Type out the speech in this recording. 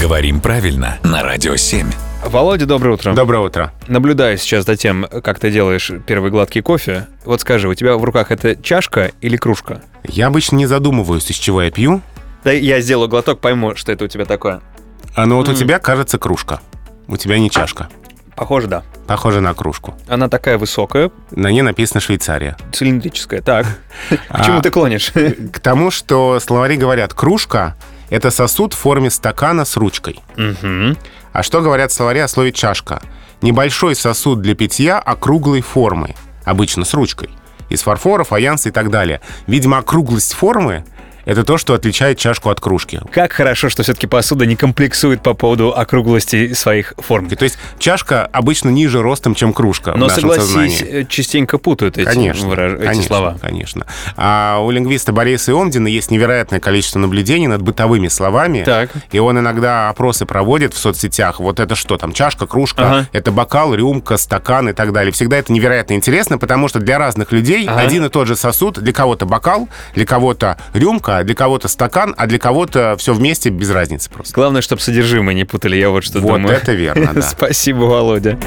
Говорим правильно на Радио 7. Володя, доброе утро. Доброе утро. Наблюдаю сейчас за тем, как ты делаешь первый гладкий кофе. Вот скажи, у тебя в руках это чашка или кружка? Я обычно не задумываюсь, из чего я пью, Да я сделаю глоток, пойму, что это у тебя такое. а но вот у тебя, кажется, кружка. У тебя не чашка. Похоже, да. Похоже на кружку. Она такая высокая, На ней написано «Швейцария». цилиндрическая. Так, к чему А. ты клонишь? К тому, что словари говорят «кружка» — это сосуд в форме стакана с ручкой. Мгм. А что говорят словари о слове «чашка»? Небольшой сосуд для питья округлой формы, обычно с ручкой, из фарфора, фаянса и так далее. Видимо, округлость формы — это то, что отличает чашку от кружки. Как хорошо, что все-таки посуда не комплексует по поводу округлости своих форм. То есть чашка обычно ниже ростом, чем кружка Но в нашем сознании. согласись, э, частенько путают эти, Конечно, выраж- эти конечно, слова. Конечно. А у лингвиста Бориса Иомдина есть невероятное количество наблюдений над бытовыми словами. Так. И он иногда опросы проводит в соцсетях. Вот это что там, чашка, кружка, Ага. это бокал, рюмка, стакан и так далее. Всегда это невероятно интересно, потому что для разных людей Ага. один и тот же сосуд, для кого-то бокал, для кого-то рюмка, для кого-то стакан, а для кого-то все вместе без разницы просто. Главное, чтобы содержимое не путали, я вот что Вот думаю. это верно, да. Спасибо, Володя.